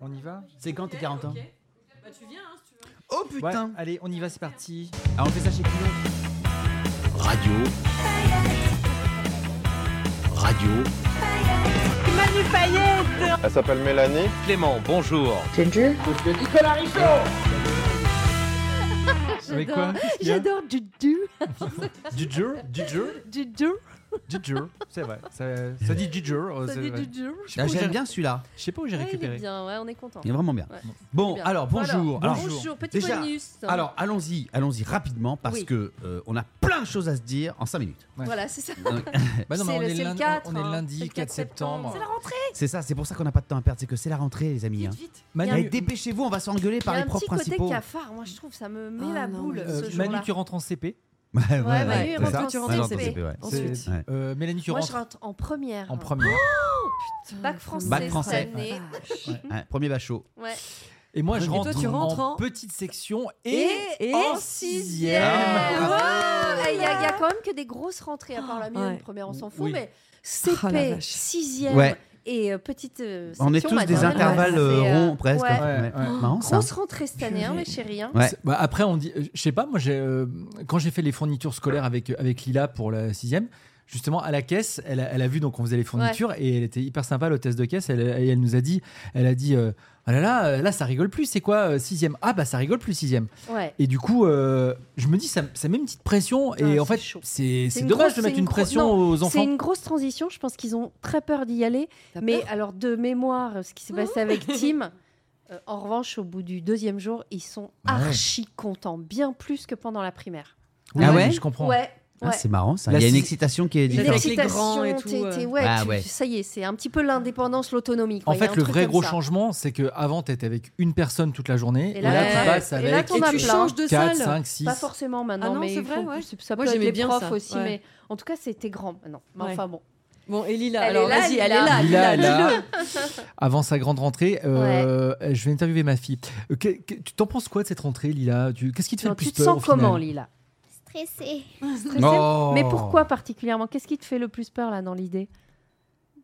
On y va C'est quand tes 40 ans Ok. Bah tu viens hein, si tu veux. Oh putain Ouais, allez, on y va, c'est parti. Ah, on fait ça chez Clou. Radio. Radio. Elle s'appelle Mélanie. Clément, bonjour. Mais quoi Qu'est-ce qu'il y a J'adore Juju. Didger Didger Juju. Didger. C'est vrai. Ça, ça dit Didger. euh, Ça c'est dit vrai. Juju. Ah, J'aime bien celui-là. Je sais pas où j'ai Ouais, il est récupéré. bien, ouais, on est content. Il est vraiment bien. Ouais. Bon, Bien. alors bonjour. Voilà. Alors, Bonjour, petit Déjà, bonus. hein. alors, allons-y, allons-y rapidement parce Oui. que euh, on a plein de choses à se dire en 5 minutes. voilà, c'est ça. Bah non, mais C'est on, le- est c'est le lundi, 4, on est hein. lundi C'est le 4, septembre. C'est la rentrée. C'est ça, c'est pour ça qu'on n'a pas de temps à perdre, c'est que c'est la rentrée les amis. hein. Vite, vite. Manu, Allez, dépêchez-vous, on va s'engueuler Il y par a les un petit profs côté principaux. cafard, moi je trouve, ça me met Ah, la non, boule mais, ce euh, jour-là. Manu, tu rentres en CP. Ouais, ouais, Ouais, Manu, c'est il rentre ça. en CP. Ouais, CP, ouais. Ensuite, Ouais. Euh, Mélanie, tu moi je rentres rentre en première. en première. Bac français, Bac cette français. année. Ah. Hmm. Ouais, Premier bachot. Ouais. Et moi, Et je toi, rentre, tu rentres en, en- petite section et, Et, en Ah. en sixième. sixième. Ah. Wow. Et Il y, a il y a quand même que des grosses rentrées, à part la mienne, Ouais. première on s'en fout, Oui. mais Oh la CP, vache. sixième Ouais. et euh, petite euh, On est section tous des maternelle, intervalles ouais, euh, c'est, euh, ronds presque. ouais. Oh, Ouais. Ouais, ouais. Marrant ça. Grosse rentrée cette année, hein, mes chéris. hein. Ouais. C'est- bah, après, on dit, euh, je sais pas, moi, j'ai, euh, quand j'ai fait les fournitures scolaires avec, euh, avec Lila pour la sixième, justement, à la caisse, elle a, elle a vu, donc on faisait les fournitures et elle était hyper sympa, l'hôtesse de caisse. Elle, et elle nous a dit, elle a dit, euh, ah là là, euh, là, ça rigole plus, c'est quoi, euh, sixième Ah, bah, ça rigole plus, sixième. Ouais. Et du coup, euh, je me dis, ça, ça met une petite pression et Ah, en c'est fait, chaud. c'est, c'est une dommage grosse- de c'est mettre une une gro- pression non, aux C'est enfants. une grosse transition, je pense qu'ils ont très peur d'y aller. Mais alors, de mémoire, ce qui s'est passé avec Tim, euh, en revanche, au bout du deuxième jour, ils sont Ah Ouais. archi contents, bien plus que pendant la primaire. Oui, Ah oui, ouais je comprends. Ouais, Ah, ouais. c'est marrant ça. La Il y a une six- excitation qui est Ils différente. avec les grands et tout, t'es- euh. t'es- ouais, Ah tu- ouais. ça y est, c'est un petit peu l'indépendance, l'autonomie. quoi. En Il y a fait, un le truc vrai comme gros ça. changement, c'est que avant t'étais avec une personne toute la journée, Et et là, là, ouais. tu passes Et là, avec t'en Et as tu plein. changes de 4, salle. 5, 6. Pas forcément maintenant, Ah non, mais c'est il vrai, faut- ouais. ça peut Moi, être j'aimais les bien profs ça, aussi, ouais. mais en tout cas, c'était grand maintenant. Mais Ouais. enfin bon. Bon, et Lila, Elle alors est là, vas-y, Ah, Lila. elle est là. Lila, Lila, là, dis-le. avant sa grande rentrée, euh, je vais interviewer ma fille. Euh, que- que- tu t'en penses quoi de cette rentrée, Lila Tu- Qu'est-ce qui te fait Non, le plus tu te peur sens au final comment, Lila stressée Stressée Oh. Mais pourquoi particulièrement Qu'est-ce qui te fait le plus peur là dans l'idée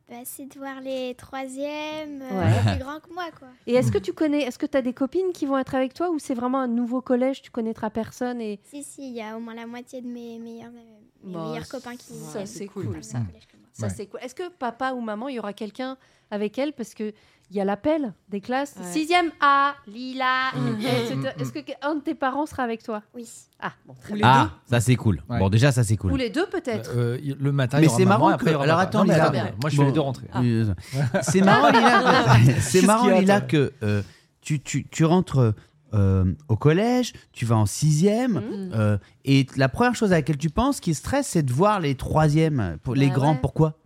bah, C'est de voir les troisièmes euh, Ouais. plus grands que moi, quoi. Et est-ce que tu connais, est-ce que tu as des copines qui vont être avec toi ou c'est vraiment un nouveau collège, tu connaîtras personne et Si, si, il y a au moins la moitié de mes meilleurs, euh, mes Bah, meilleurs copains qui ça, euh, c'est qui cool, sont dans le ça. même collège que moi. ça Ouais. c'est cool. Est-ce que papa ou maman, il y aura quelqu'un avec elle parce que il y a l'appel des classes Ouais. 6e A, Lila. Mm, etc. mm, Est-ce que un de tes parents sera avec toi Oui. Ah, bon, très Ou bien. les Ah, ça c'est cool. Ouais. Bon, déjà, ça c'est Ou cool. les deux peut-être. Euh, il- Le matin, il Mais y aura c'est maman, marrant et après, que- il y aura alors papa. attends, Non, mais Lila. attends, moi je fais Bon. les deux rentrées. Euh, C'est marrant, Lila. C'est Qu'est-ce marrant, qu'il y a, Lila, toi que euh, tu, tu, tu rentres euh, au collège, tu vas en sixième, Mhm. euh, et la première chose à laquelle tu penses qui stresse, c'est de voir les troisièmes, pour, les Bah grands. ouais. Pourquoi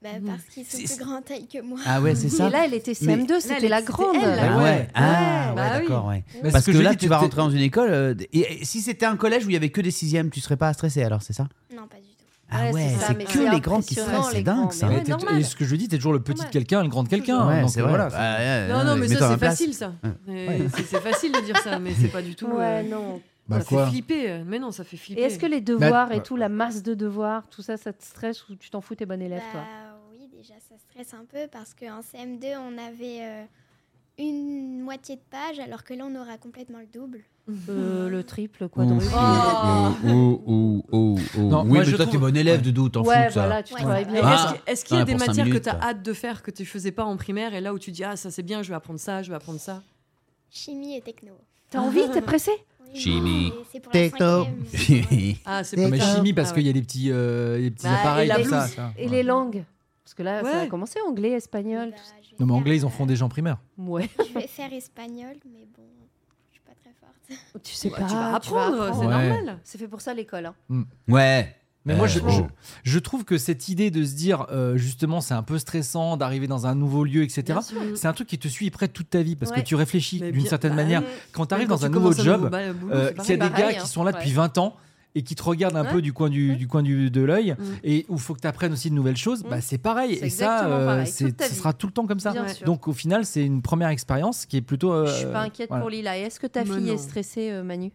Bah, Mmh. parce qu'ils sont C'est- plus grands en taille que moi. Ah ouais, c'est Et ça. là, elle était CM2, c'était elle la était- grande. elle, là. Ah ouais, Bah Ouais. Ah, Ouais, ouais, bah oui. d'accord, ouais. Mais Parce ce que, je là, dis, tu vas t'es- rentrer dans une école. euh, et, et si c'était un collège où il y avait que des sixièmes, tu serais pas stressé alors, c'est ça Non, pas du tout. Ah Ouais, ouais, c'est ça, c'est mais que c'est les grands qui impressionnant, stressent, c'est les dingue grands, ça. mais Mais t'es- Ah normal. et ce que je dis, t'es toujours le petit de Normal. quelqu'un, le grand de quelqu'un. Ouais, donc, c'est euh, vrai. voilà, Bah, ouais, Non, Euh, non, mais mets-toi ça, à ma c'est place. facile, ça. Ouais. Euh, Ouais. C'est c'est facile de dire ça, mais c'est pas du tout. euh, Ouais, non. Bah, ça quoi fait flipper. euh, Mais non, ça fait flipper. Et est-ce que les devoirs Bah, et tout, la masse de devoirs, tout ça, ça te stresse ou tu t'en fous, t'es bon élève, toi Bah, oui, déjà, ça stresse un peu parce qu'en CM2, on avait euh, une moitié de page, alors que là, on aura complètement le double. Euh, Le triple, Oh. quadruple. Non, Oui, moi, mais je toi, t'es trouve- bon élève, de doute, t'en fous ouais, de ça. voilà, tu Ouais. travailles Et bien. Ah. Est-ce que- est-ce qu'il y a Ouais, des pour cinq matières que minutes, tu as quoi. hâte de faire que tu faisais pas en primaire et là où tu dis ah ça c'est bien je vais apprendre ça je vais apprendre ça Chimie et techno. T'as envie T'es pressé Oui, Chimie. mais c'est pour la Techno. cinquième. ah c'est Non, Mais pas- chimie, parce Ah ouais. qu'il y a des petits, euh, des petits Bah, et appareils la comme ça. blouse. ça. Et les langues Parce que là, ça a Ouais. commencé anglais, espagnol, Bah, tout ça. je vais Non, mais faire, anglais, ils en euh, font déjà en primaire. Ouais. Bah, Je vais faire espagnol, mais bon, je suis pas très forte. Tu sais Bah, pas. tu vas apprendre, c'est Ouais. normal C'est fait pour ça l'école. hein. Ouais. Mais moi, Euh, je, bon. je, je trouve que cette idée de se dire, euh, justement, c'est un peu stressant d'arriver dans un nouveau lieu, etc., Bien sûr. c'est un truc qui te suit près toute ta vie parce Ouais. que tu réfléchis Mais d'une bien- certaine bah, manière. oui. Quand tu arrives Quand dans tu un nouveau commences job, nouveau ba- boulot, euh, qu'il c'est y a des pareil. pareil, gars hein. qui sont là depuis Ouais. 20 ans et qui te regardent un Ouais. peu du coin du, Ouais. du coin du, de l'œil Mm. et où faut que tu apprennes aussi de nouvelles choses, Mm. bah, c'est pareil. C'est Et ça, euh, exactement pareil, c'est- toute ta ça vie. sera tout le temps comme ça. Bien Ouais. sûr. Donc au final, c'est une première expérience qui est plutôt. je suis euh, pas inquiète voilà. pour Lila. Et Est-ce que ta Mais fille non. est stressée, euh, Manu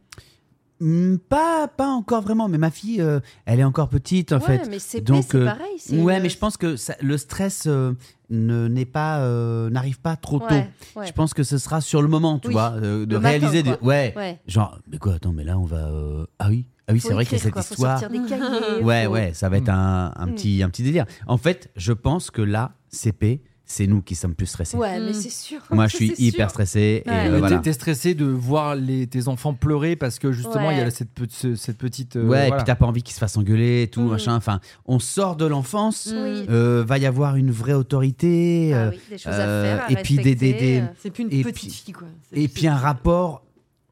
Hmm, Pas, pas encore vraiment, mais ma fille, euh, elle est encore petite en ouais, fait. mais CP, donc, c'est euh, pareil. c'est Ouais, une- mais je pense que ça- le stress euh, ne n'est pas euh, n'arrive pas trop tôt. Ouais, ouais. Je pense que ce sera sur le moment, tu Oui. vois, euh, de Le matin, réaliser des quoi. ouais. Ouais. Genre mais quoi attends mais là on va euh, ah oui, ah oui, Faut c'est vrai qu'il y a écrire, cette quoi, faut histoire. sortir des cahiers, Ouais, faut- ouais, ça va être un, un Mm. petit un petit délire. En fait, je pense que là CP, c'est nous qui sommes plus stressés. Ouais, mais Mm. c'est sûr. Moi, je suis C'est hyper sûr. stressé et Ouais. euh, Mais t'es- voilà. T'es stressé de voir les, tes enfants pleurer parce que justement il y a Ouais. cette, pe- ce- cette petite. euh, ouais, et voilà. puis t'as pas envie qu'il se fasse engueuler, et tout Mm. machin. Enfin, on sort de l'enfance. Oui. Euh, va y avoir une vraie autorité. Ah euh, oui, des choses euh, à faire. et puis des- des- des- C'est plus une Et petite puis- fille, quoi. C'est- et c'est- puis un rapport,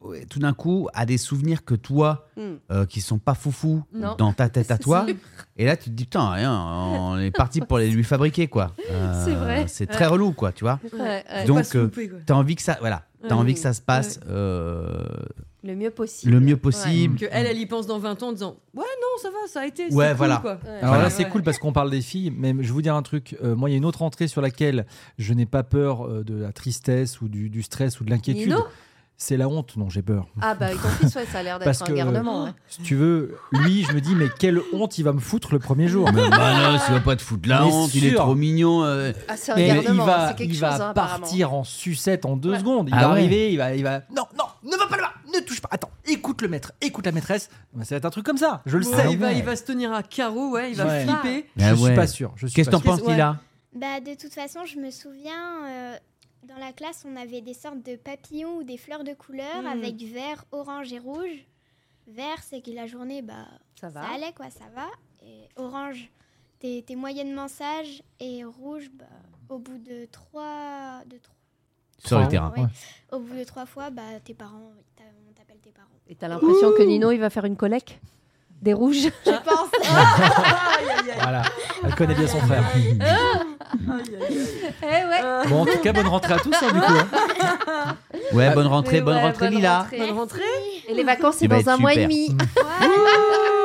ouais, tout d'un coup, à des souvenirs que toi, Mm. euh, qui sont pas foufou Non. dans ta tête à C'est toi. sûr. Et là, tu te dis, putain, rien, on est parti pour les lui fabriquer, quoi. Euh, C'est vrai. C'est très relou, quoi, tu vois. Ouais, ouais. Faut Donc, pas se euh, louper, quoi. T'as envie que ça, voilà, t'as Ouais. envie que ça se passe euh, le mieux possible. le mieux Ouais. possible. Que elle, elle y pense dans 20 ans en disant Ouais, non, ça va, ça a été. c'est Ouais, cool, voilà. quoi. Ouais. Alors là, Ouais, c'est ouais. cool parce qu'on parle des filles, mais je vais vous dire un truc. Euh, moi, il y a une autre entrée sur laquelle je n'ai pas peur euh, de la tristesse ou du, du stress ou de l'inquiétude. Nino C'est la honte dont j'ai peur. Ah bah ton fils, ouais, ça a l'air Parce d'être un que- garnement. ouais. Si tu veux, lui, je me dis, mais quelle honte il va me foutre le premier jour. Mais bah non, tu vas pas te foutre de la Mais honte, il est sûr. trop mignon. euh, Ah, c'est un Mais il garnement, hein, va, c'est quelque il chose. hein, va apparemment. partir en sucette en deux Ouais. secondes. Il Ah va ouais. arriver, il va, il va. Non, non, ne va pas là-bas, ne touche pas. Attends, écoute le maître, écoute la maîtresse. Mais ça va être un truc comme ça. Je le Ouais, sais. il, va, il va se tenir à carreau, ouais, il va Ouais. flipper. Je Ah suis ouais. pas sûr. Je suis Qu'est-ce que pas t'en sûr. penses, Ouais. Lila Bah, de toute façon, je me souviens, euh, dans la classe, on avait des sortes de papillons ou des fleurs de couleur Hmm. Mhm. avec vert, orange et rouge. Vert, c'est que la journée, bah, Ça va. ça allait, quoi, ça va. Et orange, t'es t'es moyennement sage. Et rouge, bah, au bout de trois, de trois Sur le Ouais. terrain. ouais. au bout de trois fois, bah, tes parents, t'a- on t'appelle tes parents. Et t'as l'impression que Nino, il va faire une collecte des rouges. Je pense. Voilà, elle connaît bien son frère. Eh ouais. Euh, Bon, en tout cas, bonne rentrée à tous, hein, du coup. hein. Ouais, bonne rentrée, Mais bonne ouais, rentrée, Lila. Et les vacances, c'est Il va dans un être mois et super. demi. Ouais.